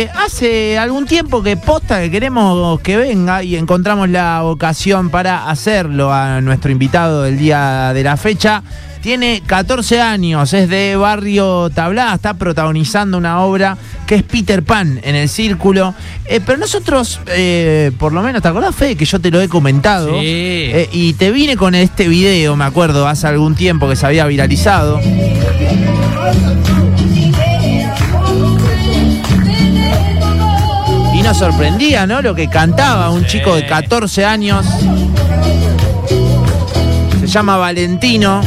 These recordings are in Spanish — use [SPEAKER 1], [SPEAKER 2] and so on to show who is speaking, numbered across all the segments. [SPEAKER 1] Eh, Hace algún tiempo que posta que queremos que venga y encontramos la ocasión para hacerlo a nuestro invitado del día de la fecha. Tiene 14 años, es de Barrio Tablá, está protagonizando una obra que es Peter Pan en el círculo. Eh, pero nosotros, eh, por lo menos, ¿te acordás, Fede, que yo te lo he comentado?
[SPEAKER 2] Sí.
[SPEAKER 1] Eh, y te vine con este video, me acuerdo, hace algún tiempo que se había viralizado. Y nos sorprendía, ¿no? Lo que cantaba un
[SPEAKER 2] Sí.
[SPEAKER 1] chico de 14 años. Se llama Valentino.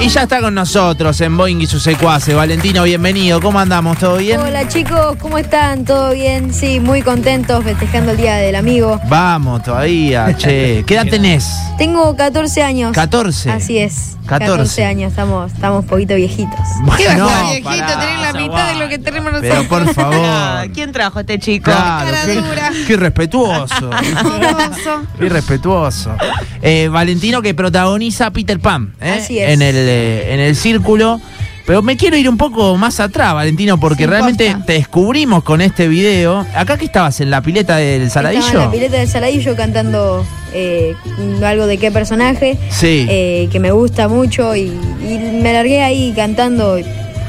[SPEAKER 1] Y ya está con nosotros en Boeing y sus secuaces. Valentino, bienvenido. ¿Cómo andamos? ¿Todo bien?
[SPEAKER 3] Hola chicos, ¿cómo están? ¿Todo bien? Sí, muy contentos festejando el Día del Amigo.
[SPEAKER 1] Vamos todavía, che. ¿Qué edad tenés?
[SPEAKER 3] Tengo 14 años.
[SPEAKER 1] 14.
[SPEAKER 3] Así es.
[SPEAKER 1] 14.
[SPEAKER 3] 14 años, estamos, estamos poquito viejitos.
[SPEAKER 4] ¿Qué va a estar
[SPEAKER 1] No,
[SPEAKER 4] viejito?
[SPEAKER 1] pará,
[SPEAKER 4] Tener la mitad de lo que tenemos nosotros.
[SPEAKER 1] Pero por
[SPEAKER 5] Ah,
[SPEAKER 1] favor.
[SPEAKER 5] ¿Quién trajo a este chico?
[SPEAKER 1] Claro,
[SPEAKER 4] Cara
[SPEAKER 1] qué,
[SPEAKER 4] dura.
[SPEAKER 1] qué irrespetuoso.
[SPEAKER 4] Horroroso.
[SPEAKER 1] Qué Irrespetuoso. Eh, Valentino que protagoniza a Peter Pan ¿eh?
[SPEAKER 3] Así es.
[SPEAKER 1] En, el, eh, en el círculo. Pero me quiero ir un poco más atrás, Valentino, porque
[SPEAKER 4] Sí,
[SPEAKER 1] realmente
[SPEAKER 4] posta.
[SPEAKER 1] te descubrimos con este video. ¿Acá que estabas? ¿En la pileta del
[SPEAKER 3] Estaba en la
[SPEAKER 1] Saladillo?
[SPEAKER 3] pileta del Saladillo cantando eh, algo de qué personaje
[SPEAKER 1] Sí.
[SPEAKER 3] eh, que me gusta mucho y, y me largué ahí cantando y,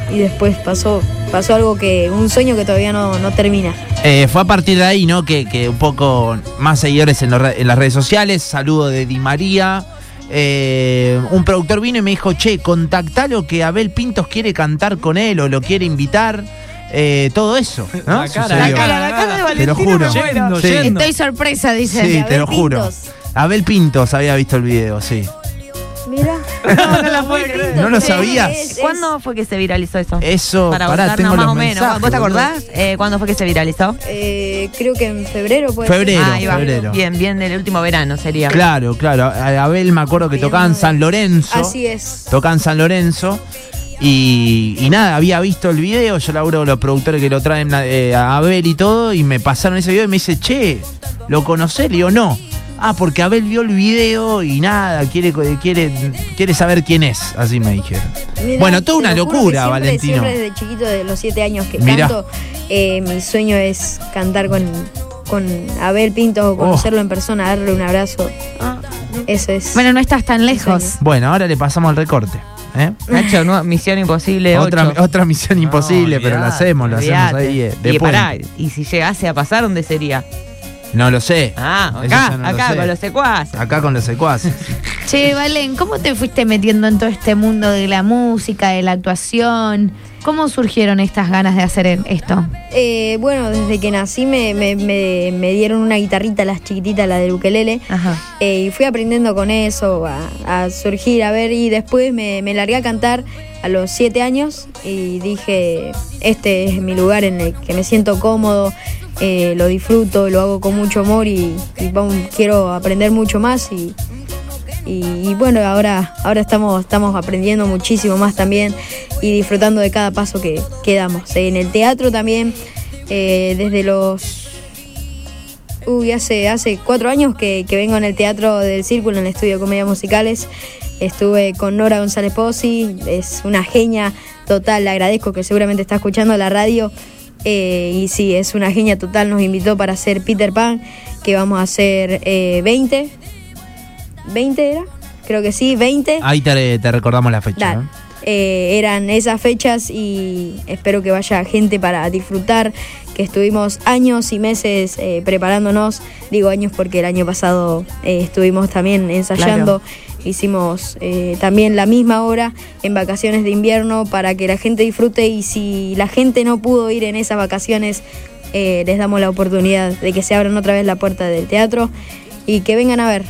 [SPEAKER 3] y después pasó, pasó algo que, un sueño que todavía no, no termina.
[SPEAKER 1] Eh, fue a partir de ahí, ¿no? Que, que un poco más seguidores en, los re- en las redes sociales. Saludo de Di María. Eh, un productor vino y me dijo, che, contactalo que Abel Pintos quiere cantar con él o lo quiere invitar. Eh, todo eso, ¿no?
[SPEAKER 2] La cara,
[SPEAKER 1] Sucedió.
[SPEAKER 5] la cara, la cara de
[SPEAKER 1] Te lo
[SPEAKER 5] Valentino.
[SPEAKER 1] juro.
[SPEAKER 5] me muero.
[SPEAKER 2] Yendo,
[SPEAKER 1] Sí.
[SPEAKER 2] yendo.
[SPEAKER 4] Estoy sorpresa, dice.
[SPEAKER 1] Sí, te
[SPEAKER 3] Abel
[SPEAKER 1] lo juro.
[SPEAKER 3] Pintos.
[SPEAKER 1] Abel Pintos había visto el video, sí.
[SPEAKER 3] Mira.
[SPEAKER 5] No, no la puedo creer.
[SPEAKER 1] ¿No lo
[SPEAKER 3] Sí,
[SPEAKER 1] sabías?
[SPEAKER 3] es- es-
[SPEAKER 5] ¿Cuándo fue que se viralizó eso?
[SPEAKER 1] Eso,
[SPEAKER 5] Para
[SPEAKER 1] pará,
[SPEAKER 5] buscarnos
[SPEAKER 1] tengo
[SPEAKER 5] más
[SPEAKER 1] los
[SPEAKER 5] o menos.
[SPEAKER 1] mensajes,
[SPEAKER 5] ¿Vos te
[SPEAKER 1] boludo.
[SPEAKER 5] acordás? Eh, ¿Cuándo fue que se viralizó?
[SPEAKER 3] Eh, creo que en febrero puede
[SPEAKER 1] Febrero,
[SPEAKER 3] ser.
[SPEAKER 5] Ahí va.
[SPEAKER 1] febrero.
[SPEAKER 5] Bien, bien, del último verano sería.
[SPEAKER 1] Claro, claro. A- Abel me acuerdo que tocaba en San Lorenzo.
[SPEAKER 5] Ah,
[SPEAKER 3] Así es.
[SPEAKER 1] Tocan San Lorenzo. Y, y nada, había visto el video, yo laburo con los productores que lo traen eh, a Abel y todo, y me pasaron ese video y me dice, che, ¿lo conocés? Le digo, no. Ah, porque Abel vio el video y nada, quiere, quiere, quiere saber quién es, así me dijeron.
[SPEAKER 3] Mirá,
[SPEAKER 1] bueno, toda
[SPEAKER 3] te
[SPEAKER 1] una
[SPEAKER 3] lo juro
[SPEAKER 1] locura,
[SPEAKER 3] que siempre-
[SPEAKER 1] Valentino.
[SPEAKER 3] Siempre desde chiquito, de los 7 años que
[SPEAKER 1] Mirá.
[SPEAKER 3] canto, eh, mi sueño es cantar con, con Abel Pinto o conocerlo
[SPEAKER 1] Oh.
[SPEAKER 3] en persona, darle un abrazo.
[SPEAKER 1] Ah,
[SPEAKER 3] Eso es.
[SPEAKER 4] Bueno, no estás tan lejos.
[SPEAKER 1] Bueno, ahora le pasamos el recorte. ¿eh?
[SPEAKER 5] Nacho, no, Misión Imposible
[SPEAKER 1] Otra,
[SPEAKER 5] 8.
[SPEAKER 1] otra misión imposible,
[SPEAKER 2] No,
[SPEAKER 1] pero la
[SPEAKER 2] olvidate,
[SPEAKER 1] hacemos, la hacemos
[SPEAKER 5] Olvídate.
[SPEAKER 1] ahí. eh, de
[SPEAKER 5] y pará,
[SPEAKER 1] puente.
[SPEAKER 5] y si llegase a pasar, ¿dónde sería?
[SPEAKER 1] No lo sé.
[SPEAKER 5] Ah,
[SPEAKER 1] Eso
[SPEAKER 5] acá,
[SPEAKER 1] ya no lo
[SPEAKER 5] acá,
[SPEAKER 1] sé.
[SPEAKER 5] con los secuaces.
[SPEAKER 1] Acá con los secuaces.
[SPEAKER 4] Che, Valen, ¿cómo te fuiste metiendo en todo este mundo de la música, de la actuación? ¿Cómo surgieron estas ganas de hacer esto?
[SPEAKER 3] Eh, bueno, desde que nací me, me- me- me dieron una guitarrita, las chiquititas, la del ukelele.
[SPEAKER 5] Ajá.
[SPEAKER 3] Eh, y fui aprendiendo con eso, a, a surgir, a ver, y después me, me largué a cantar a los siete años y dije, este es mi lugar en el que me siento cómodo, eh, lo disfruto, lo hago con mucho amor y, y vamos, quiero aprender mucho más y, y, y bueno, ahora, ahora estamos, estamos aprendiendo muchísimo más también y disfrutando de cada paso que, que damos. En el teatro también, eh, desde los Uy, hace, hace cuatro años que, que vengo en el Teatro del Círculo, en el Estudio de Comedias Musicales. Estuve con Nora González Pozzi, es una genia total, le agradezco que seguramente está escuchando la radio. Eh, y sí, es una genia total, nos invitó para hacer Peter Pan, que vamos a hacer eh, 20. ¿20 era? Creo que sí, 20.
[SPEAKER 1] Ahí te, te recordamos la fecha.
[SPEAKER 3] Dale.
[SPEAKER 1] ¿no?
[SPEAKER 3] Eh, eran esas fechas y espero que vaya gente para disfrutar, que estuvimos años y meses eh, preparándonos, digo años porque el año pasado eh, estuvimos también ensayando, hicimos eh, también la misma hora en vacaciones de invierno para que la gente disfrute y si la gente no pudo ir en esas vacaciones, eh, les damos la oportunidad de que se abran otra vez la puerta del teatro y que vengan a ver.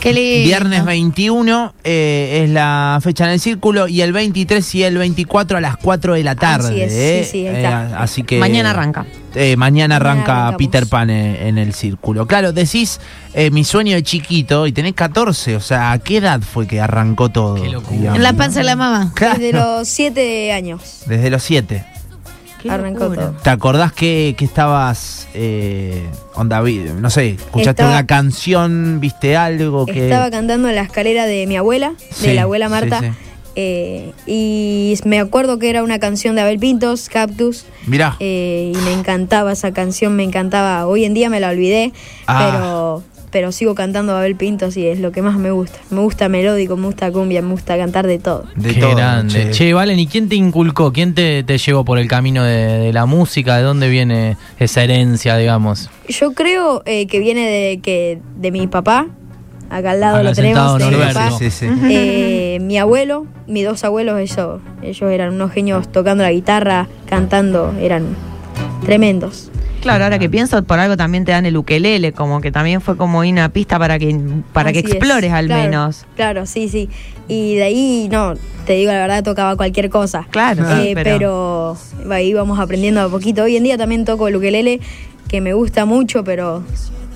[SPEAKER 4] Qué lindo.
[SPEAKER 1] Viernes 21 eh, es la fecha en el círculo y el 23 y el 24 a las 4 de la tarde.
[SPEAKER 3] Así es,
[SPEAKER 1] ¿eh?
[SPEAKER 3] sí, sí, ahí está.
[SPEAKER 1] Eh, así que
[SPEAKER 5] Mañana arranca.
[SPEAKER 1] eh, mañana arranca
[SPEAKER 3] Mañana arrancamos.
[SPEAKER 1] Peter Pan eh, en el círculo. Claro, decís eh, mi sueño de chiquito y tenés 14, o sea, ¿a qué edad fue que arrancó todo?
[SPEAKER 2] Qué locura.
[SPEAKER 1] digamos?
[SPEAKER 4] En la panza de la mamá.
[SPEAKER 1] Claro,
[SPEAKER 3] Desde los siete años
[SPEAKER 1] desde los 7.
[SPEAKER 5] Qué
[SPEAKER 3] arrancó
[SPEAKER 5] locura.
[SPEAKER 3] todo.
[SPEAKER 1] ¿Te acordás que, que estabas, eh, onda, vi- no sé, escuchaste
[SPEAKER 3] Estaba-
[SPEAKER 1] una canción, viste algo que...
[SPEAKER 3] Estaba cantando en la escalera de mi abuela,
[SPEAKER 1] Sí,
[SPEAKER 3] de la abuela Marta.
[SPEAKER 1] sí, sí.
[SPEAKER 3] Eh, y me acuerdo que era una canción de Abel Pintos, Cactus.
[SPEAKER 1] Mirá.
[SPEAKER 3] Eh, y me encantaba esa canción, me encantaba. Hoy en día me la olvidé,
[SPEAKER 1] Ah.
[SPEAKER 3] pero, pero sigo cantando Abel Pintos y es lo que más me gusta. Me gusta melódico, me gusta cumbia, me gusta cantar de todo.
[SPEAKER 1] de
[SPEAKER 2] Qué
[SPEAKER 1] todo,
[SPEAKER 2] grande. Che.
[SPEAKER 1] che.
[SPEAKER 2] Valen, ¿y quién te inculcó? ¿Quién te, te llevó por el camino de, de la música? ¿De dónde viene esa herencia, digamos?
[SPEAKER 3] Yo creo eh, que viene de, que, de mi papá, acá al lado
[SPEAKER 2] Acá
[SPEAKER 3] lo tenemos,
[SPEAKER 2] sentado,
[SPEAKER 3] de mi
[SPEAKER 2] Norberto.
[SPEAKER 3] papá.
[SPEAKER 1] Sí, sí, sí.
[SPEAKER 3] Eh, mi abuelo, mis dos abuelos, ellos, ellos eran unos genios tocando la guitarra, cantando, eran tremendos.
[SPEAKER 5] Claro, ahora que pienso, por algo también te dan el ukelele, como que también fue como una pista para que, para que
[SPEAKER 3] Así es.
[SPEAKER 5] explores al
[SPEAKER 3] Claro,
[SPEAKER 5] menos.
[SPEAKER 3] Claro, sí, sí. Y de ahí, no, te digo la verdad, tocaba cualquier cosa.
[SPEAKER 5] Claro, sí,
[SPEAKER 3] Eh, pero... ahí vamos aprendiendo a poquito. Hoy en día también toco el ukelele, que me gusta mucho, pero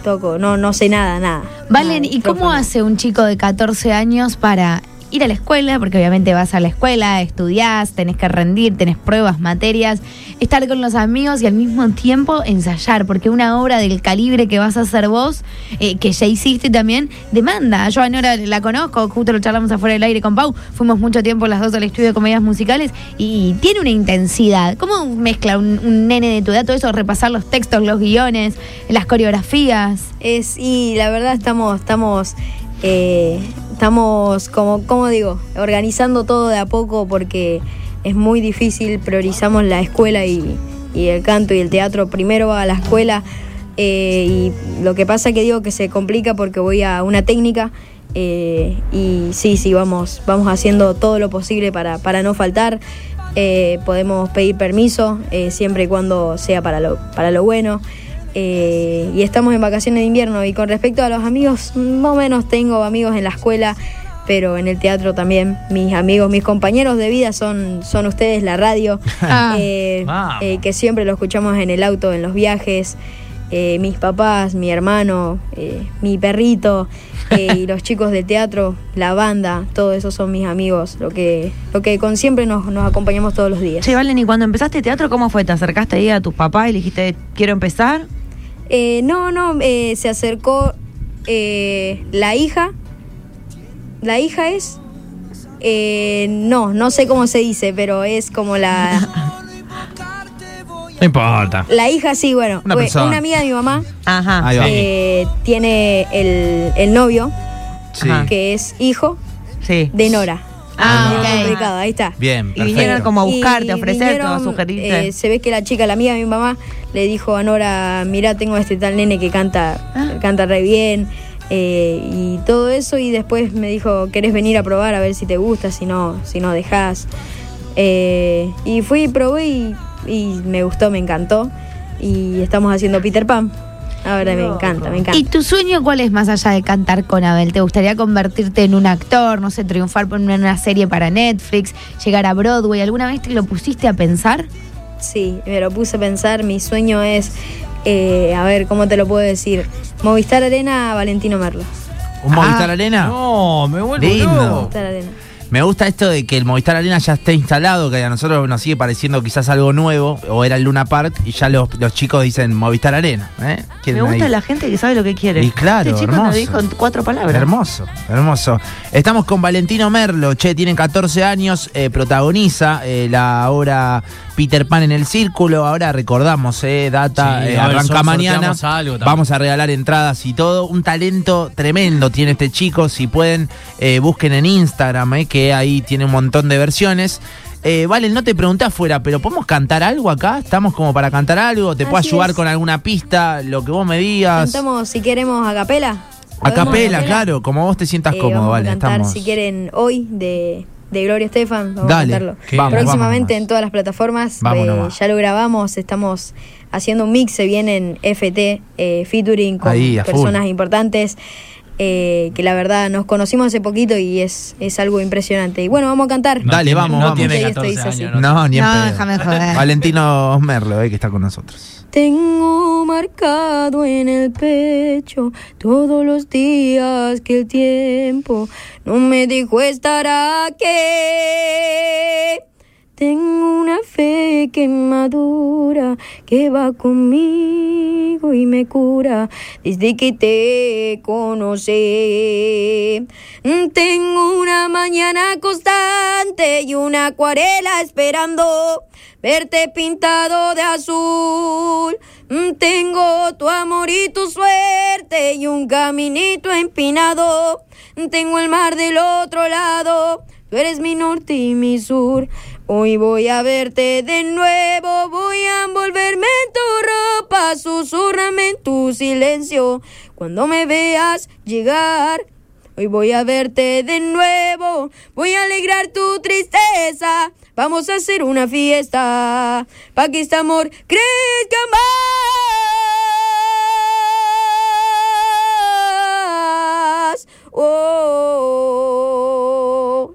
[SPEAKER 3] toco, no, no sé nada, nada.
[SPEAKER 4] Valen,
[SPEAKER 3] Nada,
[SPEAKER 4] ¿y cómo
[SPEAKER 3] toco nada.
[SPEAKER 4] hace un chico de 14 años para ir a la escuela? Porque obviamente vas a la escuela, estudiás, tenés que rendir, tenés pruebas, materias, estar con los amigos y al mismo tiempo ensayar, porque una obra del calibre que vas a hacer vos, eh, que ya hiciste también, demanda. Yo a Nora la conozco, justo lo charlamos afuera del aire con Pau, fuimos mucho tiempo las dos al estudio de comedias musicales y tiene una intensidad. ¿Cómo mezcla un, un nene de tu edad todo eso, repasar los textos, los guiones, las coreografías?
[SPEAKER 3] Es, y la verdad estamos, estamos, eh, estamos como, como digo, organizando todo de a poco porque es muy difícil, priorizamos la escuela y, y el canto y el teatro, primero va a la escuela eh, y lo que pasa que digo que se complica porque voy a una técnica eh, y sí, sí, vamos, vamos haciendo todo lo posible para, para no faltar. Eh, podemos pedir permiso eh, siempre y cuando sea para lo, para lo bueno. Eh, y estamos en vacaciones de invierno. Y con respecto a los amigos, más o menos tengo amigos en la escuela, pero en el teatro también. Mis amigos, mis compañeros de vida son, son ustedes, la radio,
[SPEAKER 4] Ah.
[SPEAKER 3] eh,
[SPEAKER 2] Vamos.
[SPEAKER 3] eh, que siempre lo escuchamos en el auto, en los viajes. eh, mis papás, mi hermano, eh, mi perrito eh, y los chicos del teatro, la banda, todos esos son mis amigos, lo que, lo que con siempre nos, nos acompañamos todos los días.
[SPEAKER 5] Che, Valen, ¿y cuando empezaste teatro cómo fue? ¿Te acercaste ahí a tus papás y le dijiste, quiero empezar?
[SPEAKER 3] Eh, no, no, eh, se acercó eh, la hija. ¿La hija es? Eh, no, no sé cómo se dice, pero es como la...
[SPEAKER 2] No importa.
[SPEAKER 3] La hija, sí, bueno.
[SPEAKER 1] Una
[SPEAKER 3] fue
[SPEAKER 1] persona.
[SPEAKER 3] una amiga de mi mamá
[SPEAKER 5] Ajá.
[SPEAKER 1] Ahí va.
[SPEAKER 3] eh, tiene el, el novio,
[SPEAKER 1] Sí.
[SPEAKER 5] Ajá.
[SPEAKER 3] que es hijo
[SPEAKER 5] Sí.
[SPEAKER 3] de Nora.
[SPEAKER 4] Ah,
[SPEAKER 3] Medio
[SPEAKER 4] ok.
[SPEAKER 3] complicado, ahí está.
[SPEAKER 1] Bien,
[SPEAKER 5] Y
[SPEAKER 1] perfecto.
[SPEAKER 5] vinieron como a buscarte, a
[SPEAKER 3] Y
[SPEAKER 5] ofrecerte, a
[SPEAKER 3] vinieron,
[SPEAKER 5] sugerirte.
[SPEAKER 3] eh, se ve que la chica, la amiga de mi mamá, le dijo a Nora, mira, tengo a este tal nene que canta,
[SPEAKER 5] Ah.
[SPEAKER 3] canta re bien. eh, y todo eso, y después me dijo, ¿querés venir a probar a ver si te gusta? Si no, si no dejás. Eh, y fui y probé y, y me gustó, me encantó. Y estamos haciendo Peter Pan. Ahora me encanta, me encanta.
[SPEAKER 4] ¿Y tu sueño cuál es más allá de cantar con Abel? ¿Te gustaría convertirte en un actor, no sé, triunfar por una- en una serie para Netflix, llegar a Broadway? ¿Alguna vez te lo pusiste a pensar?
[SPEAKER 3] Sí, me lo puse a pensar. Mi sueño es, eh, a ver, ¿cómo te lo puedo decir? Movistar Arena, Valentino Merlo.
[SPEAKER 1] ¿Un Movistar Arena?
[SPEAKER 2] No, me vuelvo
[SPEAKER 1] Ah. Lindo.
[SPEAKER 2] loco.
[SPEAKER 3] Movistar Arena.
[SPEAKER 1] Me gusta esto de que el Movistar Arena ya esté instalado, que a nosotros nos sigue pareciendo quizás algo nuevo, o era el Luna Park, y ya los, los chicos dicen Movistar Arena. ¿eh?
[SPEAKER 5] Me
[SPEAKER 1] Quieren
[SPEAKER 5] gusta
[SPEAKER 1] ahí.
[SPEAKER 5] la gente que sabe lo que quiere.
[SPEAKER 1] Y claro,
[SPEAKER 5] Este chico
[SPEAKER 1] hermoso.
[SPEAKER 5] nos dijo en cuatro palabras.
[SPEAKER 1] Hermoso, hermoso. Estamos con Valentino Merlo, che, tiene 14 años, eh, protagoniza eh, la obra Peter Pan en el Círculo. Ahora recordamos, eh, data,
[SPEAKER 2] Sí,
[SPEAKER 1] eh,
[SPEAKER 2] a ver,
[SPEAKER 1] arranca
[SPEAKER 2] sor-
[SPEAKER 1] mañana.
[SPEAKER 2] sorteamos algo también.
[SPEAKER 1] Vamos a regalar entradas y todo. Un talento tremendo tiene este chico. Si pueden, eh, busquen en Instagram, eh, que ahí tiene un montón de versiones. Eh, vale, no te pregunté afuera, pero ¿podemos cantar algo acá? ¿Estamos como para cantar algo? ¿Te puedo
[SPEAKER 3] Así
[SPEAKER 1] ayudar
[SPEAKER 3] es.
[SPEAKER 1] con alguna pista? Lo que vos me digas.
[SPEAKER 3] Cantamos, si queremos, a capela.
[SPEAKER 1] A
[SPEAKER 3] ¿Podemos
[SPEAKER 1] capela, claro, como vos te sientas
[SPEAKER 3] Eh,
[SPEAKER 1] cómodo,
[SPEAKER 3] vamos
[SPEAKER 1] vale,
[SPEAKER 3] a cantar,
[SPEAKER 1] estamos.
[SPEAKER 3] si quieren, hoy de, de Gloria Estefan. Vamos
[SPEAKER 1] Dale,
[SPEAKER 3] a cantarlo.
[SPEAKER 1] que- vamos,
[SPEAKER 3] Próximamente
[SPEAKER 1] vamos.
[SPEAKER 3] en todas las plataformas.
[SPEAKER 1] Vamos
[SPEAKER 3] eh,
[SPEAKER 1] nomás.
[SPEAKER 3] ya lo grabamos, estamos haciendo un mix. Se viene en FT, eh, featuring con
[SPEAKER 1] Ahí, a full.
[SPEAKER 3] personas importantes. eh, que la verdad nos conocimos hace poquito y es, es algo impresionante. Y bueno, vamos a cantar.
[SPEAKER 1] No Dale,
[SPEAKER 2] tiene-
[SPEAKER 1] vamos,
[SPEAKER 2] no
[SPEAKER 1] vamos.
[SPEAKER 2] tiene
[SPEAKER 3] Sí, esto
[SPEAKER 2] 14
[SPEAKER 3] dice
[SPEAKER 2] años,
[SPEAKER 3] así.
[SPEAKER 2] no.
[SPEAKER 1] No, ni en
[SPEAKER 4] No,
[SPEAKER 1] pedo.
[SPEAKER 4] déjame joder.
[SPEAKER 1] Valentino Merlo, eh, que está con nosotros.
[SPEAKER 3] Tengo marcado en el pecho todos los días que el tiempo no me dijo estar aquí. Tengo una fe que madura, que va conmigo conmigo y me cura desde que te conocí. Mm, Tengo una mañana constante y una acuarela esperando verte pintado de azul. Mm, Tengo tu amor y tu suerte y un caminito empinado. Mm, Tengo el mar del otro lado. Tú eres mi norte y mi sur. Hoy voy a verte de nuevo. Voy a envolverme en tu ropa. Susurrame en tu silencio. Cuando me veas llegar. Hoy voy a verte de nuevo, voy a alegrar tu tristeza, vamos a hacer una fiesta, pa' que este amor crezca más. Oh,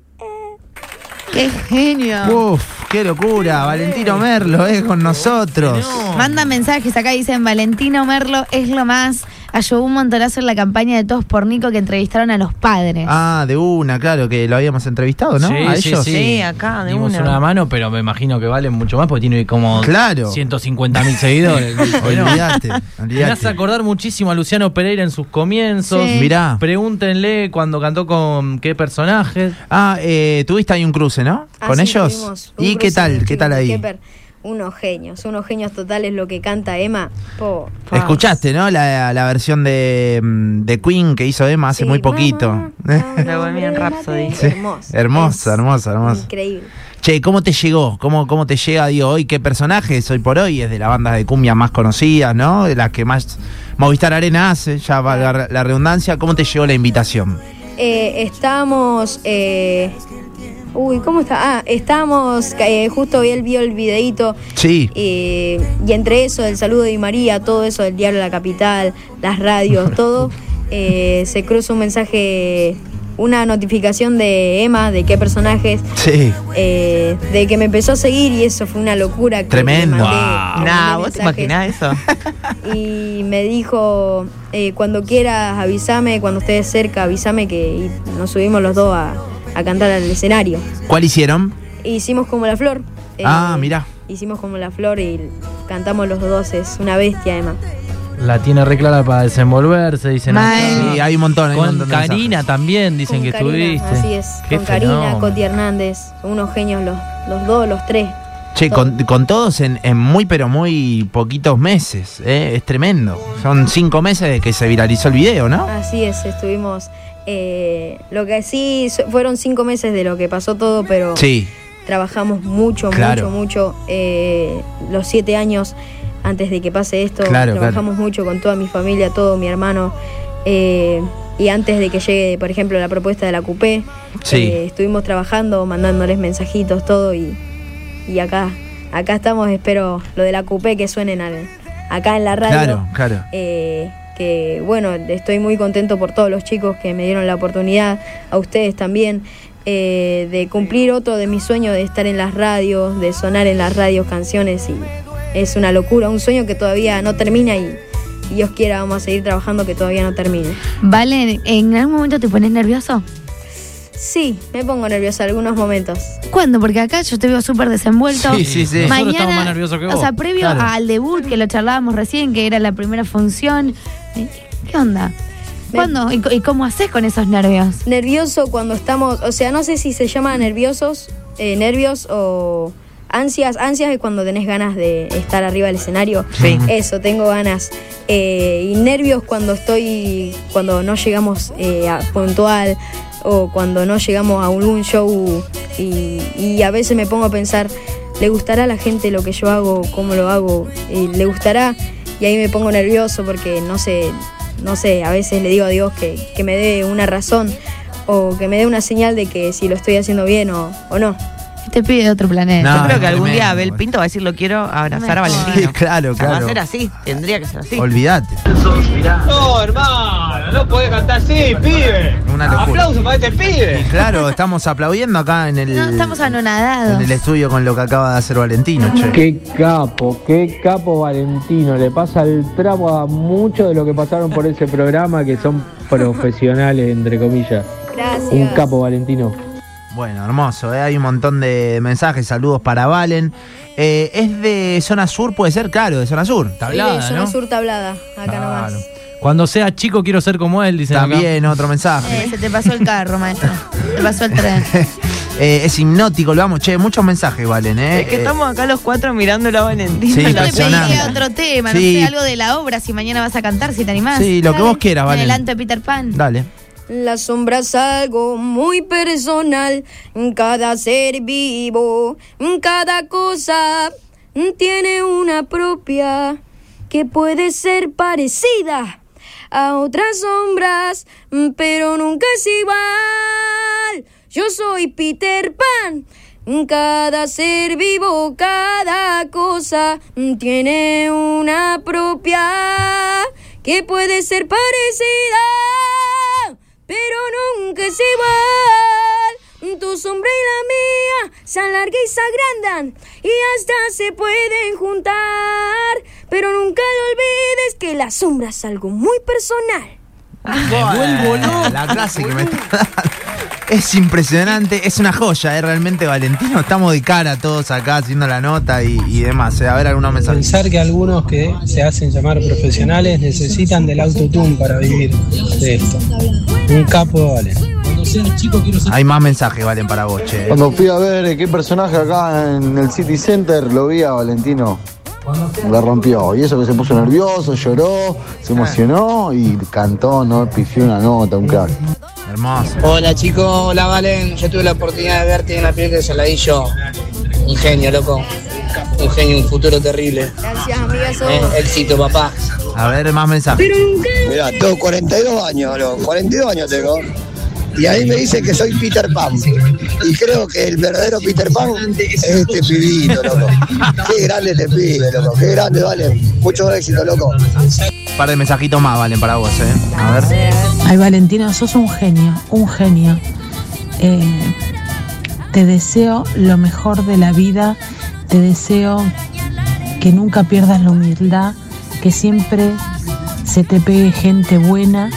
[SPEAKER 4] ¡Qué genio!
[SPEAKER 1] Uf, qué locura. Valentino Merlo es con nosotros.
[SPEAKER 4] Manda mensajes acá, dicen Valentino Merlo es lo más. Ayudó un montonazo en la campaña de Todos por Nico que entrevistaron a los padres.
[SPEAKER 1] Ah, de una, claro, que lo habíamos entrevistado, ¿no?
[SPEAKER 2] Sí,
[SPEAKER 1] a ellos.
[SPEAKER 5] Sí, acá, de
[SPEAKER 2] Dimos
[SPEAKER 5] una.
[SPEAKER 2] mano, pero me imagino que valen mucho más porque tiene como
[SPEAKER 1] Claro.
[SPEAKER 2] 150 mil seguidores. Bueno,
[SPEAKER 1] Olvídate,
[SPEAKER 2] Me hace
[SPEAKER 1] olvídate.
[SPEAKER 2] acordar muchísimo a Luciano Pereira en sus comienzos.
[SPEAKER 4] Sí.
[SPEAKER 1] Mirá.
[SPEAKER 2] Pregúntenle cuando cantó con qué personajes.
[SPEAKER 1] Ah, eh, tuviste ahí un cruce, ¿no? ¿Con
[SPEAKER 3] Así
[SPEAKER 1] ellos?
[SPEAKER 3] Ah, tuvimos un
[SPEAKER 1] ¿Y qué
[SPEAKER 3] cruce
[SPEAKER 1] tal?
[SPEAKER 3] con
[SPEAKER 1] ¿Qué tal
[SPEAKER 3] Jimmy
[SPEAKER 1] ahí?
[SPEAKER 3] Kemper. Unos genios, unos genios totales lo que canta Emma. Po.
[SPEAKER 1] Escuchaste, ¿no? La, la versión de, mm, de Queen que hizo Emma hace
[SPEAKER 3] Sí,
[SPEAKER 1] muy poquito.
[SPEAKER 3] mamá, a un
[SPEAKER 5] La Bohemian
[SPEAKER 3] hombre
[SPEAKER 5] Rhapsody.
[SPEAKER 3] maté.
[SPEAKER 1] Sí.
[SPEAKER 3] Hermoso.
[SPEAKER 1] Hermosa, hermosa, hermosa.
[SPEAKER 3] Increíble.
[SPEAKER 1] Che, ¿cómo te llegó? ¿Cómo, cómo te llega, digo, hoy? ¿Qué personajes hoy por hoy? Es de las bandas de cumbia más conocidas, ¿no? De las que más Movistar Arena hace, ya va la, la redundancia. ¿Cómo te llegó la invitación?
[SPEAKER 3] Eh, estamos. eh, uy, ¿cómo está? Ah, estamos. eh, justo él vio el videíto.
[SPEAKER 1] Sí.
[SPEAKER 3] eh, y entre eso, el saludo de Di María, todo eso del diario de La Capital, las radios, todo, eh, se cruza un mensaje, una notificación de Emma, de qué personajes,
[SPEAKER 1] Sí.
[SPEAKER 3] eh, de que me empezó a seguir y eso fue una locura. que le
[SPEAKER 1] Tremendo.
[SPEAKER 3] mandé,
[SPEAKER 1] Wow.
[SPEAKER 3] le
[SPEAKER 5] Nah,
[SPEAKER 3] mandé
[SPEAKER 5] Ah, ¿vos te
[SPEAKER 3] mensajes.
[SPEAKER 5] imaginás eso?
[SPEAKER 3] y me dijo eh, cuando quieras avísame cuando estés cerca avísame que y nos subimos los dos a, a cantar al escenario
[SPEAKER 1] ¿Cuál hicieron?
[SPEAKER 3] E hicimos como la flor eh,
[SPEAKER 1] Ah, mirá.
[SPEAKER 3] hicimos como la flor y cantamos los dos es una bestia Emma
[SPEAKER 2] La tiene re clara para desenvolverse, dicen.
[SPEAKER 4] Mal.
[SPEAKER 2] acá.
[SPEAKER 1] Sí, hay un montón. hay un
[SPEAKER 2] Con
[SPEAKER 1] montón de
[SPEAKER 2] Karina
[SPEAKER 1] mensajes.
[SPEAKER 2] también dicen
[SPEAKER 3] Con
[SPEAKER 2] que
[SPEAKER 3] Karina,
[SPEAKER 2] estuviste.
[SPEAKER 3] así es
[SPEAKER 2] Qué
[SPEAKER 3] con Karina
[SPEAKER 2] fenómeno.
[SPEAKER 3] Coti Hernández unos genios los los dos los tres
[SPEAKER 1] Che, con, con todos en, en muy pero muy poquitos meses, ¿eh? es tremendo. Son cinco meses de que se viralizó el video, ¿no?
[SPEAKER 3] así es estuvimos eh, lo que sí so- fueron cinco meses de lo que pasó todo pero
[SPEAKER 1] Sí,
[SPEAKER 3] trabajamos mucho,
[SPEAKER 1] Claro.
[SPEAKER 3] mucho, mucho. eh, los siete años antes de que pase esto,
[SPEAKER 1] Claro,
[SPEAKER 3] trabajamos mucho con toda mi familia, todo mi hermano. eh, y antes de que llegue, por ejemplo, la propuesta de la Coupé,
[SPEAKER 1] Sí.
[SPEAKER 3] eh, estuvimos trabajando, mandándoles mensajitos, todo. Y, y acá, acá estamos, espero lo de la Coupé que suenen al- acá en la radio.
[SPEAKER 1] claro, claro.
[SPEAKER 3] Eh, que bueno, estoy muy contento por todos los chicos que me dieron la oportunidad, a ustedes también, eh, de cumplir otro de mis sueños de estar en las radios, de sonar en las radios canciones y es una locura, un sueño que todavía no termina y, y Dios quiera vamos a seguir trabajando que todavía no termine.
[SPEAKER 4] Vale, ¿en algún momento te pones nervioso?
[SPEAKER 3] Sí, me pongo nerviosa algunos momentos.
[SPEAKER 4] ¿Cuándo? Porque acá yo te veo súper desenvuelto.
[SPEAKER 1] Sí, sí, sí.
[SPEAKER 2] Nosotros estamos más nerviosos que vos.
[SPEAKER 4] O sea, previo
[SPEAKER 2] Claro.
[SPEAKER 4] al debut que lo charlábamos recién, que era la primera función. eh, ¿Qué onda? ¿Cuándo? ¿Y, co- y cómo haces con esos nervios?
[SPEAKER 3] nervioso cuando estamos, o sea, no sé si se llama nerviosos, eh, nervios o ansias. Ansias es cuando tenés ganas de estar arriba del escenario.
[SPEAKER 5] Sí.
[SPEAKER 3] Eso, tengo ganas. Eh, y nervios cuando estoy, cuando no llegamos eh, a puntual o cuando no llegamos a algún show y, y a veces me pongo a pensar, ¿le gustará a la gente lo que yo hago? ¿Cómo lo hago? Eh, ¿Le gustará? Y ahí me pongo nervioso porque no sé, no sé, a veces le digo a Dios que, que me dé una razón o que me dé una señal de que si lo estoy haciendo bien o, o no.
[SPEAKER 4] Te pide de otro planeta.
[SPEAKER 1] No,
[SPEAKER 5] Yo creo que
[SPEAKER 1] es
[SPEAKER 5] algún día
[SPEAKER 1] tremendo.
[SPEAKER 5] Abel Pinto va a decir lo quiero abrazar a
[SPEAKER 4] Me jodas.
[SPEAKER 5] Valentino.
[SPEAKER 1] Sí, claro,
[SPEAKER 5] O sea, va
[SPEAKER 1] claro.
[SPEAKER 5] a ser así, tendría que ser así.
[SPEAKER 1] Olvídate.
[SPEAKER 6] No, hermano, no podés cantar así, pibe.
[SPEAKER 1] Una locura.
[SPEAKER 6] Aplauso para este pibe.
[SPEAKER 1] Claro, estamos aplaudiendo acá en el.
[SPEAKER 4] No, estamos anonadados.
[SPEAKER 1] En el estudio con lo que acaba de hacer Valentino, che.
[SPEAKER 7] Qué capo, qué capo Valentino. Le pasa el trapo a muchos de los que pasaron por ese programa que son profesionales, entre comillas.
[SPEAKER 3] Gracias.
[SPEAKER 7] Un capo Valentino.
[SPEAKER 1] Bueno, hermoso, ¿eh? hay un montón de mensajes, saludos para Valen. Eh, es de zona sur, puede ser, claro, de zona sur.
[SPEAKER 2] Tablada,
[SPEAKER 3] zona
[SPEAKER 2] ¿no?
[SPEAKER 3] sur tablada, acá
[SPEAKER 2] Claro.
[SPEAKER 3] nomás.
[SPEAKER 2] Cuando sea chico quiero ser como él, dicen acá.
[SPEAKER 1] También otro mensaje.
[SPEAKER 4] Eh, se te pasó el carro, maestro. Te pasó el tren.
[SPEAKER 1] Eh, es hipnótico, lo vamos. Che, muchos mensajes valen, ¿eh?
[SPEAKER 5] Es que
[SPEAKER 1] Eh,
[SPEAKER 5] estamos acá los cuatro mirándolo a Valentina.
[SPEAKER 1] Sí,
[SPEAKER 4] Yo te pediría
[SPEAKER 1] Impresionante.
[SPEAKER 4] otro tema,
[SPEAKER 1] Sí.
[SPEAKER 4] no sé, algo de la obra, si mañana vas a cantar, si te animás.
[SPEAKER 1] Sí, lo que vos quieras,
[SPEAKER 4] Me
[SPEAKER 1] Valen.
[SPEAKER 4] adelanto de Peter Pan.
[SPEAKER 1] Eh, Dale.
[SPEAKER 3] La sombra es algo muy personal. Cada ser vivo, cada cosa tiene una propia que puede ser parecida a otras sombras, pero nunca es igual. Yo soy Peter Pan. Cada ser vivo, cada cosa tiene una propia que puede ser parecida, pero nunca es igual. Tu sombra y la mía se alargan y se agrandan y hasta se pueden juntar, pero nunca lo olvides que la sombra es algo muy personal.
[SPEAKER 1] La clase que me está dando. Es impresionante, es una joya, ¿eh? realmente Valentino. Estamos de cara todos acá haciendo la nota y, y demás. ¿eh? A ver algunos mensajes.
[SPEAKER 8] Pensar que algunos que se hacen llamar profesionales necesitan del autotune para vivir de esto. Un capo, vale.
[SPEAKER 1] Hay más mensajes, Valen, para vos, che.
[SPEAKER 9] Cuando fui a ver eh, qué personaje acá en el City Center, lo vi a Valentino. La rompió. Y eso que se puso nervioso, lloró, se emocionó y cantó, no pifió una nota, un crack.
[SPEAKER 1] Hermoso.
[SPEAKER 10] Hola chicos, hola Valen. Yo tuve la oportunidad de verte en la película de Saladillo. Un genio, loco. Un genio, un futuro terrible.
[SPEAKER 3] Gracias, amigas.
[SPEAKER 10] Eh, Éxito, papá.
[SPEAKER 1] A ver, más mensajes.
[SPEAKER 10] Mirá, tengo 42 años, loco. 42 años tengo. Y ahí me dice que soy Peter Pan. Y creo que el verdadero Peter Pan es este pibito, loco. Qué grande este pibe, loco. Qué grande, vale. Mucho éxito, loco.
[SPEAKER 1] Un par de mensajitos más, Valen, para vos, ¿eh? A ver.
[SPEAKER 11] Ay, Valentina, sos un genio, un genio. Eh, te deseo lo mejor de la vida, te deseo que nunca pierdas la humildad, que siempre se te pegue gente buena,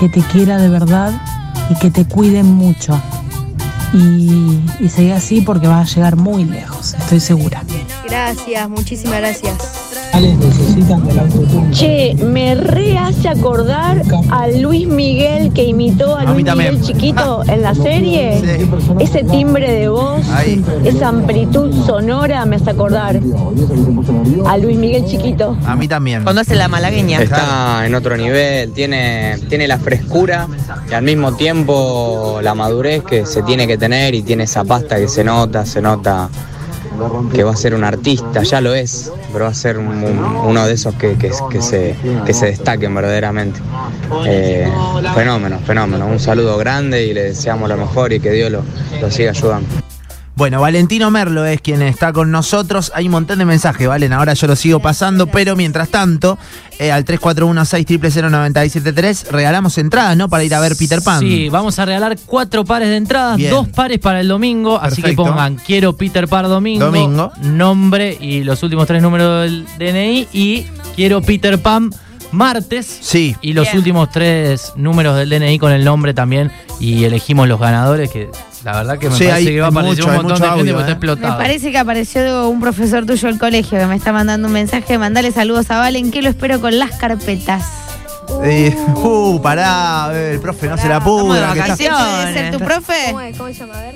[SPEAKER 11] que te quiera de verdad y que te cuiden mucho. Y, y seguí así porque vas a llegar muy lejos, estoy segura.
[SPEAKER 3] Gracias, muchísimas gracias.
[SPEAKER 8] necesitan del autotune.
[SPEAKER 11] Che, me re hace acordar a Luis Miguel que imitó
[SPEAKER 1] A
[SPEAKER 11] a
[SPEAKER 1] mí
[SPEAKER 11] Luis
[SPEAKER 1] también.
[SPEAKER 11] Miguel chiquito en la serie.
[SPEAKER 1] Sí.
[SPEAKER 11] Ese timbre de voz,
[SPEAKER 1] Ahí.
[SPEAKER 11] esa amplitud sonora me hace acordar a Luis Miguel chiquito.
[SPEAKER 1] A mí también.
[SPEAKER 5] Cuando hace la malagueña.
[SPEAKER 10] Está en otro nivel, tiene, tiene la frescura y al mismo tiempo la madurez que se tiene que tener y tiene esa pasta que se nota, se nota que va a ser un artista, ya lo es, pero va a ser un- un- uno de esos que, que- que se, que se destaquen verdaderamente. Eh, fenómeno, fenómeno. Un saludo grande y le deseamos lo mejor y que Dios lo, lo siga ayudando.
[SPEAKER 1] Bueno, Valentino Merlo es quien está con nosotros. Hay un montón de mensajes, Valen. Ahora yo lo sigo pasando, pero mientras tanto, eh, al 341-6000-973 regalamos entradas, ¿no? Para ir a ver Peter Pan.
[SPEAKER 2] Sí, vamos a regalar cuatro pares de entradas,
[SPEAKER 1] Bien.
[SPEAKER 2] dos pares para el domingo, así que
[SPEAKER 1] Perfecto.
[SPEAKER 2] pongan quiero Peter Pan domingo,
[SPEAKER 1] Domingo.
[SPEAKER 2] nombre y los últimos tres números del DNI y quiero Peter Pan martes.
[SPEAKER 1] Sí.
[SPEAKER 2] Y los últimos tres números del DNI con el nombre también. Y elegimos los ganadores, que la verdad que me
[SPEAKER 1] Sí,
[SPEAKER 2] parece
[SPEAKER 1] hay-
[SPEAKER 2] que va a
[SPEAKER 1] hay
[SPEAKER 2] aparecer
[SPEAKER 1] mucho,
[SPEAKER 2] un
[SPEAKER 1] hay
[SPEAKER 2] montón
[SPEAKER 1] mucho
[SPEAKER 2] de gente
[SPEAKER 1] audio,
[SPEAKER 2] porque
[SPEAKER 1] ¿eh?
[SPEAKER 2] está
[SPEAKER 4] Me
[SPEAKER 2] explotado.
[SPEAKER 4] parece que apareció un profesor tuyo del colegio que me está mandando un mensaje. Mandale saludos a Valen, que lo espero con las carpetas.
[SPEAKER 1] Eh, uh, pará, eh, el profe no se la pudra. que está-
[SPEAKER 5] vacaciones.
[SPEAKER 4] ¿Puede ser tu profe?
[SPEAKER 3] ¿Cómo, es? ¿Cómo se llama? A ver.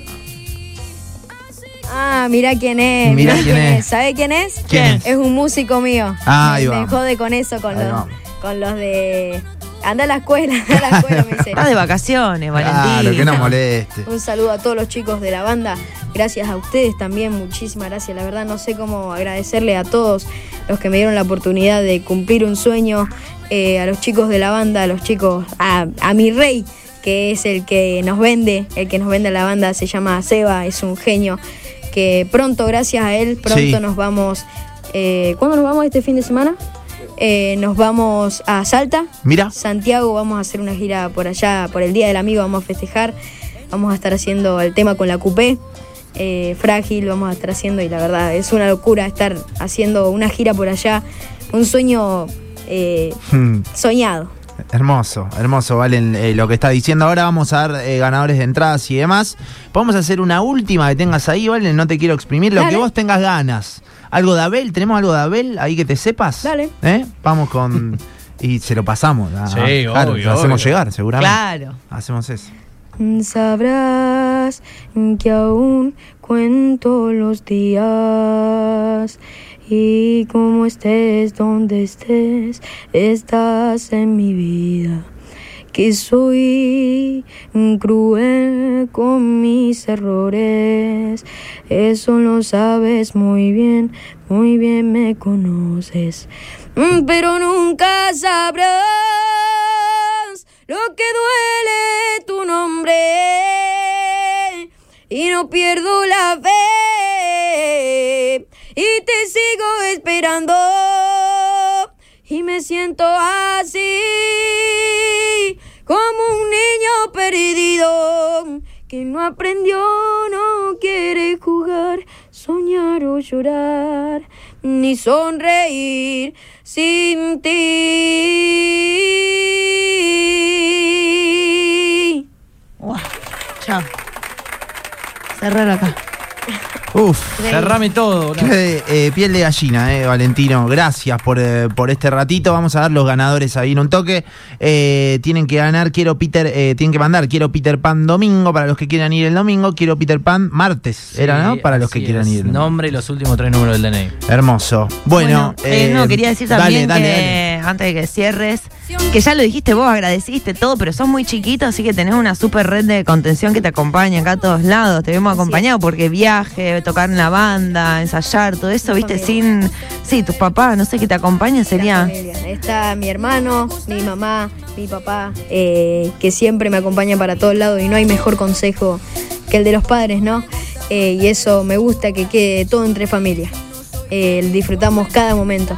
[SPEAKER 3] Ah, mira quién es.
[SPEAKER 1] Mirá
[SPEAKER 3] Mira
[SPEAKER 1] quién es.
[SPEAKER 3] ¿Sabe quién es?
[SPEAKER 1] ¿Quién es?
[SPEAKER 3] Es un músico mío.
[SPEAKER 1] Ah, ahí
[SPEAKER 3] me, me
[SPEAKER 1] vamos.
[SPEAKER 3] jode con eso, con
[SPEAKER 1] Ahí
[SPEAKER 3] los,
[SPEAKER 1] vamos.
[SPEAKER 3] con los de. Anda a la escuela, anda a la escuela, me dice.
[SPEAKER 5] Está de vacaciones, Valentina.
[SPEAKER 1] Claro, que no moleste.
[SPEAKER 3] Un saludo a todos los chicos de la banda. Gracias a ustedes también, muchísimas gracias. La verdad no sé cómo agradecerle a todos los que me dieron la oportunidad de cumplir un sueño, eh, a los chicos de la banda, a los chicos, a, a mi rey, que es el que nos vende, el que nos vende la banda, se llama Seba, es un genio, que pronto, gracias a él, pronto
[SPEAKER 1] Sí.
[SPEAKER 3] nos vamos... eh, ¿Cuándo nos vamos este fin de semana? Eh, nos vamos a Salta,
[SPEAKER 1] Mira,
[SPEAKER 3] Santiago, vamos a hacer una gira por allá, por el Día del Amigo, vamos a festejar, vamos a estar haciendo el tema con la Coupé, eh, Frágil, vamos a estar haciendo, y la verdad es una locura estar haciendo una gira por allá, un sueño eh,
[SPEAKER 1] hmm,
[SPEAKER 3] soñado.
[SPEAKER 1] hermoso, hermoso, Valen, eh, lo que está diciendo. Ahora vamos a dar eh, ganadores de entradas y demás. Vamos a hacer una última que tengas ahí, Valen. No te quiero exprimir, lo
[SPEAKER 3] Dale.
[SPEAKER 1] que vos tengas ganas. ¿Algo de Abel? ¿Tenemos algo de Abel ahí que te sepas? Dale. Vamos con. y se lo pasamos. a-
[SPEAKER 2] Sí,
[SPEAKER 1] claro,
[SPEAKER 2] obvio,
[SPEAKER 1] lo hacemos
[SPEAKER 2] obvio.
[SPEAKER 1] llegar, seguramente.
[SPEAKER 5] Claro.
[SPEAKER 1] Hacemos eso.
[SPEAKER 3] Sabrás que aún cuento los días y como estés donde estés, estás en mi vida. Que soy cruel con mis errores, eso lo sabes muy bien, muy bien me conoces, Mm, pero nunca sabrás lo que duele tu nombre y no pierdo la fe y te sigo esperando y me siento así como un niño perdido que no aprendió, no quiere jugar, soñar o llorar, ni sonreír sin ti.
[SPEAKER 4] Chao. Cerrar acá.
[SPEAKER 1] Uf.
[SPEAKER 2] Cerrame todo.
[SPEAKER 1] Qué, eh, piel de gallina, eh, Valentino. Gracias por, eh, por este ratito. Vamos a dar los ganadores ahí en un toque. Eh, tienen que ganar, quiero Peter, eh, tienen que mandar, quiero Peter Pan domingo para los que quieran ir el domingo, quiero Peter Pan martes, era, ¿no? Para los que
[SPEAKER 2] Así
[SPEAKER 1] quieran
[SPEAKER 2] es.
[SPEAKER 1] ir.
[SPEAKER 2] Nombre y los últimos tres números del DNI.
[SPEAKER 1] Hermoso. Bueno,
[SPEAKER 5] Eh,
[SPEAKER 1] eh,
[SPEAKER 5] no, quería decir
[SPEAKER 1] dale,
[SPEAKER 5] también
[SPEAKER 1] dale,
[SPEAKER 5] que,
[SPEAKER 1] dale.
[SPEAKER 5] antes de que cierres, que ya lo dijiste vos, agradeciste todo, pero sos muy chiquito, así que tenés una super red de contención que te acompaña acá a todos lados. Te vemos acompañado porque viaje, tocar en la banda, ensayar, todo eso, viste, sin. Sí, tus papás, no sé qué te acompaña, sería.
[SPEAKER 3] familia. Está mi hermano, mi mamá, mi papá, eh, que siempre me acompaña para todos lados y no hay mejor consejo que el de los padres, ¿no? Eh, y eso me gusta que quede todo entre familia. Eh, disfrutamos cada momento.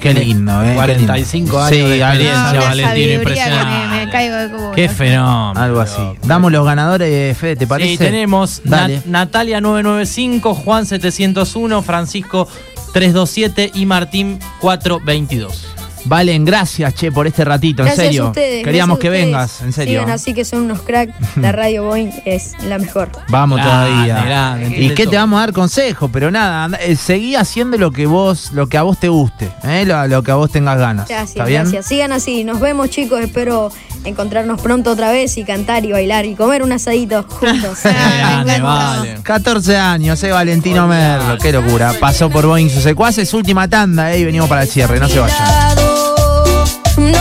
[SPEAKER 1] Qué lindo, ¿eh?
[SPEAKER 2] 45 años de experiencia,
[SPEAKER 1] Alien.
[SPEAKER 2] Valentino, impresionante.
[SPEAKER 4] me, me caigo de cubo.
[SPEAKER 2] Qué fenómeno.
[SPEAKER 1] Algo así. Damos los ganadores, Fede, ¿te parece?
[SPEAKER 2] Sí, tenemos
[SPEAKER 1] Dale.
[SPEAKER 2] Nat- Natalia 995, Juan 701, Francisco 327 y Martín 422.
[SPEAKER 1] Valen, gracias, che, por este ratito,
[SPEAKER 3] Gracias
[SPEAKER 1] en serio.
[SPEAKER 3] a ustedes.
[SPEAKER 1] Queríamos
[SPEAKER 3] gracias a
[SPEAKER 1] que
[SPEAKER 3] ustedes.
[SPEAKER 1] vengas, en serio.
[SPEAKER 3] Sigan así que son unos cracks. La Radio Boeing es la mejor.
[SPEAKER 1] Vamos
[SPEAKER 2] Grande,
[SPEAKER 1] todavía.
[SPEAKER 2] grande,
[SPEAKER 1] ¿Y
[SPEAKER 2] entiende
[SPEAKER 1] qué te
[SPEAKER 2] todo.
[SPEAKER 1] vamos a dar consejo? Pero nada, anda- eh, seguí haciendo lo que vos, lo que a vos te guste, ¿eh? lo, lo que a vos tengas ganas.
[SPEAKER 3] Gracias,
[SPEAKER 1] ¿Está bien?
[SPEAKER 3] gracias. Sigan así. Nos vemos, chicos. Espero encontrarnos pronto otra vez y cantar y bailar y comer un asadito juntos.
[SPEAKER 2] Grande, vale.
[SPEAKER 1] 14 años, eh, Valentino Merlo, qué locura. Pasó por Boeing sus secuaces, última tanda, eh, y venimos para el cierre, no se vayan.
[SPEAKER 3] No